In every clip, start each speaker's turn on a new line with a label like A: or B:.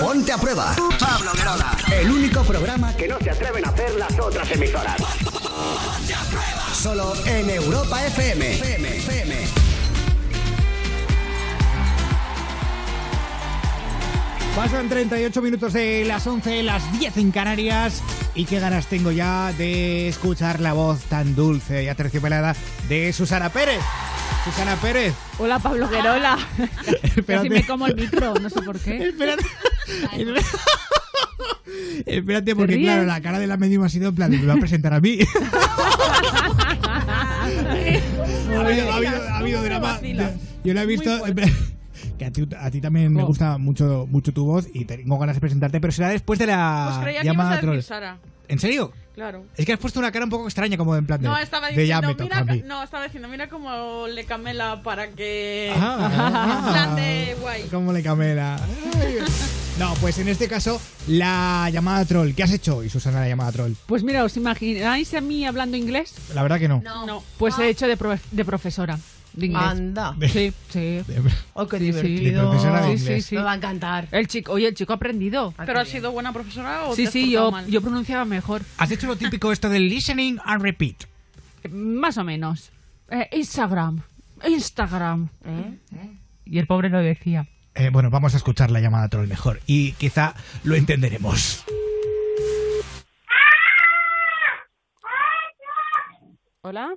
A: Ponte a prueba. Pablo Guerola. El único programa que no se atreven a hacer las otras emisoras. Solo en Europa FM. FM, FM.
B: Pasan 38 minutos de las 11, las 10 en Canarias. Y qué ganas tengo ya de escuchar la voz tan dulce y aterciopelada de Susana Pérez. Susana Pérez.
C: Hola Pablo Guerola.
B: Ah. Espérate.
C: Casi me como el micro, no sé por
D: ¿Eh?
C: qué.
B: Espérate. Espérate, porque
C: ríes?
B: claro, la cara de la medium ha sido en plan, me va a presentar a mí. ha, habido, ha habido- ha habido drama. Yo la he visto. Que a ti, a ti también me
C: Jo.
B: gusta mucho, mucho tu voz y tengo ganas de presentarte, pero será después de la
E: Pues creía que ibas a
B: llamada
E: decir
B: troll.
E: Sara.
B: ¿En serio?
E: Claro.
B: Es que has puesto una cara un poco extraña, como en plan de.
E: No, estaba
B: de ya
E: diciendo,
B: me toca
E: mira,
B: a mí.
E: no, estaba diciendo, mira cómo le camela para que
B: Ah,
E: En plan de guay.
B: Como le camela. Ay. No, pues en este caso, la llamada troll. ¿Qué has hecho hoy, Susana, la llamada troll?
C: Pues mira, ¿os imagináis a mí hablando inglés?
B: La verdad que no.
E: No. Ah.
C: Pues he hecho de, profe- de profesora de inglés.
F: Anda.
C: Sí, sí.
F: Oh, qué
C: Sí, sí.
F: divertido.
B: De profesora de
C: Sí, sí,
B: inglés.
C: sí.
F: Me va a encantar.
C: El chico, oye, el chico ha aprendido.
E: Ah, Pero has sido buena profesora o
C: Sí,
E: te has
C: sí,
E: portado
C: yo,
E: mal?
C: yo pronunciaba mejor.
B: Has hecho lo típico esto del listening and repeat.
C: Más o menos. Eh, Instagram. Instagram.
E: ¿Eh?
C: Y el pobre lo decía.
B: Eh, bueno, vamos a escuchar la llamada troll mejor y quizá lo entenderemos.
D: Hola.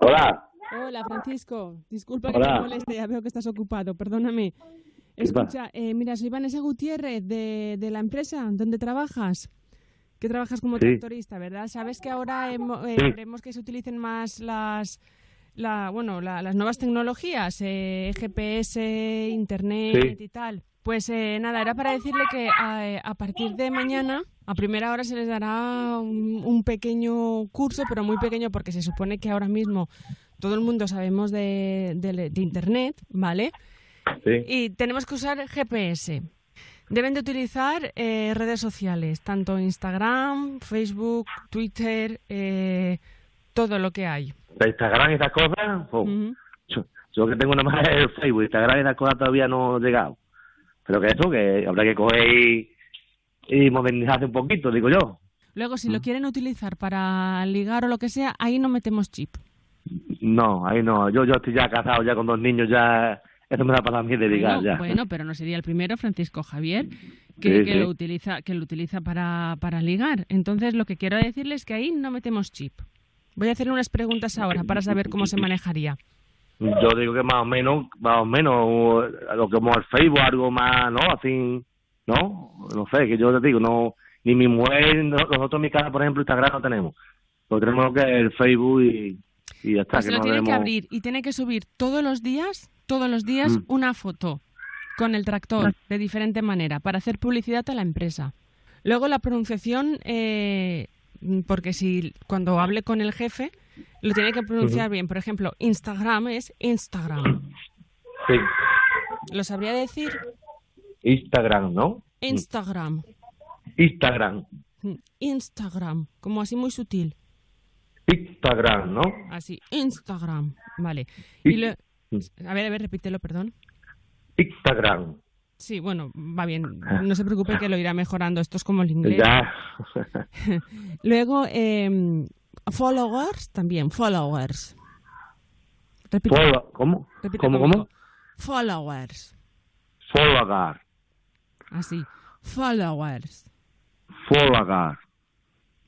G: Hola.
D: Hola, Francisco. Disculpa que
G: Hola.
D: te moleste, ya veo que estás ocupado, perdóname. Escucha, eh, mira, soy Vanessa Gutiérrez de, de la empresa donde trabajas, que trabajas como
G: Sí.
D: tractorista, ¿verdad? Sabes que ahora hemo- eh,
G: Sí.
D: queremos que se utilicen más las, la, bueno, la- las nuevas tecnologías, eh, GPS, Internet
G: Sí.
D: y tal. Pues eh, nada, era para decirle que eh, a, a partir de mañana, a primera hora, se les dará un, un pequeño curso, pero muy pequeño porque se supone que ahora mismo todo el mundo sabemos de, de- de Internet, ¿vale?
G: Sí.
D: Y tenemos que usar GPS. Deben de utilizar eh, redes sociales, tanto Instagram, Facebook, Twitter, eh, todo lo que hay.
G: ¿De Instagram y esas cosas? jo,
D: Ujú.
G: yo, yo que tengo una más el Facebook, Instagram y esas cosas todavía no he llegado. Pero que eso, que habrá que coger y, y modernizarse un poquito, digo yo.
D: Luego, si
G: Mm.
D: lo quieren utilizar para ligar o lo que sea, ahí no metemos chip.
G: No, ahí no. Yo, yo estoy ya casado, ya con dos niños, ya... Eso me da para mí de ligar,
C: bueno,
G: ya.
C: bueno, pero no sería el primero, Francisco Javier, que,
G: Sí,
C: que
G: sí.
C: lo utiliza, que lo utiliza para, para ligar. Entonces, lo que quiero decirles es que ahí no metemos chip.
D: Voy a hacerle unas preguntas ahora para saber cómo se manejaría.
G: Yo digo que más o menos, más o menos, o algo como el Facebook, algo más, ¿no? Así, ¿no? No sé, que yo te digo, no, ni mi mujer, no- nosotros en mi casa, por ejemplo, Instagram no tenemos. Porque tenemos lo que es el Facebook y, y ya está.
D: Pues
G: que
D: lo
G: no
D: tiene que
G: tenemos-
D: abrir y tiene que subir todos los días, todos los días,
G: Mm. Pues
D: una foto con el tractor de diferente manera para hacer publicidad a la empresa. Luego la pronunciación, eh, porque si cuando hable con el jefe lo tiene que pronunciar bien. Por ejemplo, Instagram es Instagram.
G: Sí,
D: Lo sabría decir
G: Instagram, ¿no?
D: Instagram.
G: Instagram,
D: Instagram, como así muy sutil.
G: Instagram, ¿no?
D: Así, Instagram. Vale. Y lo-
G: Mm.
D: A ver, a ver, repítelo, perdón.
G: Instagram.
D: Sí, bueno, va bien. No se preocupe que lo irá mejorando. Esto es como el inglés.
G: Ah. Ya.
D: Luego, eh, followers también, followers. Repite,
G: Follow- ¿Cómo?
D: repite
G: ¿Cómo,
D: conmigo.
G: cómo?
D: Followers.
G: Follower,
D: Así, followers,
G: follower.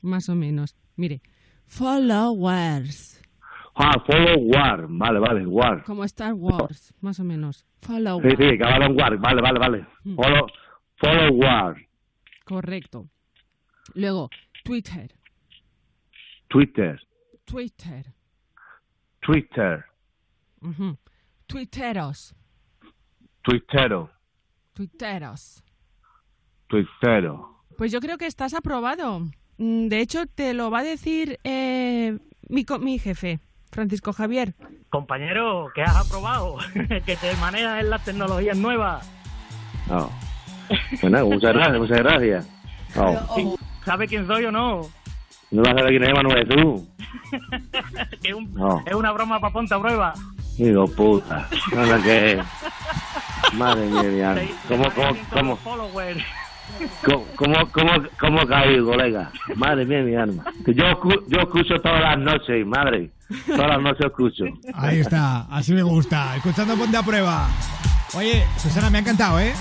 D: más o menos. Mire, followers,
G: Ah, follower, vale, vale, war.
D: como Star Wars, más o menos.
G: Sí,
D: Followers,
G: sí, Cabalón War, vale, vale, vale. Follow, follow War,
D: correcto. Luego, Twitter,
G: Twitter,
D: Twitter,
G: Twitter,
D: ujú. Twitteros,
G: Twittero,
D: Twitteros.
G: Twittero.
D: Pues yo creo que estás aprobado. Mm, De hecho, te lo va a decir eh, mi, co- mi jefe, Francisco Javier.
H: Compañero, que has aprobado, que te manejas en las tecnologías nuevas.
G: Oh. Bueno, muchas gracias, muchas gracias. Oh.
H: ¿Sabes quién soy o no?
G: No vas a ver quién es Manuel, tú.
H: Que es un-
G: No.
H: Es una broma para ponte a prueba.
G: Digo, puta. Anda que... Madre mía, mía. ¿Cómo, cómo, cómo,
H: Followers.
G: cómo, cómo, cómo, cómo caí, colega? Madre mía, mi alma. Que yo, escu- yo escucho todas las noches, madre. Todas las noches escucho.
B: Ahí está, así me gusta. Escuchando Ponte a Prueba. Oye, Susana, me ha encantado, ¿eh?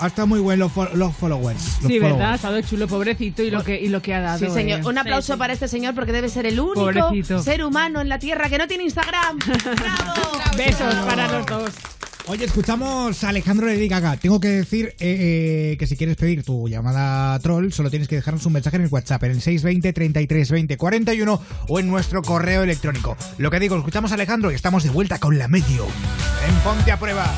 B: Ha estado muy bueno los, fo- los followers. los
C: Sí, ¿verdad? Ha
B: followers.
C: estado chulo, pobrecito, y lo que, y lo que ha dado.
F: Sí, señor.
C: eh.
F: Un aplauso para este señor porque debe ser el único
C: Pobrecito.
F: ser humano en la Tierra que no tiene Instagram. ¡Bravo!
C: Besos para los dos.
B: Oye, escuchamos a Alejandro de Lady Gaga. Tengo que decir eh, eh, que si quieres pedir tu llamada troll, solo tienes que dejarnos un mensaje en el WhatsApp, en el 620 33 20 41 o en nuestro correo electrónico. Lo que digo, escuchamos a Alejandro y estamos de vuelta con la medio. En Ponte a Prueba.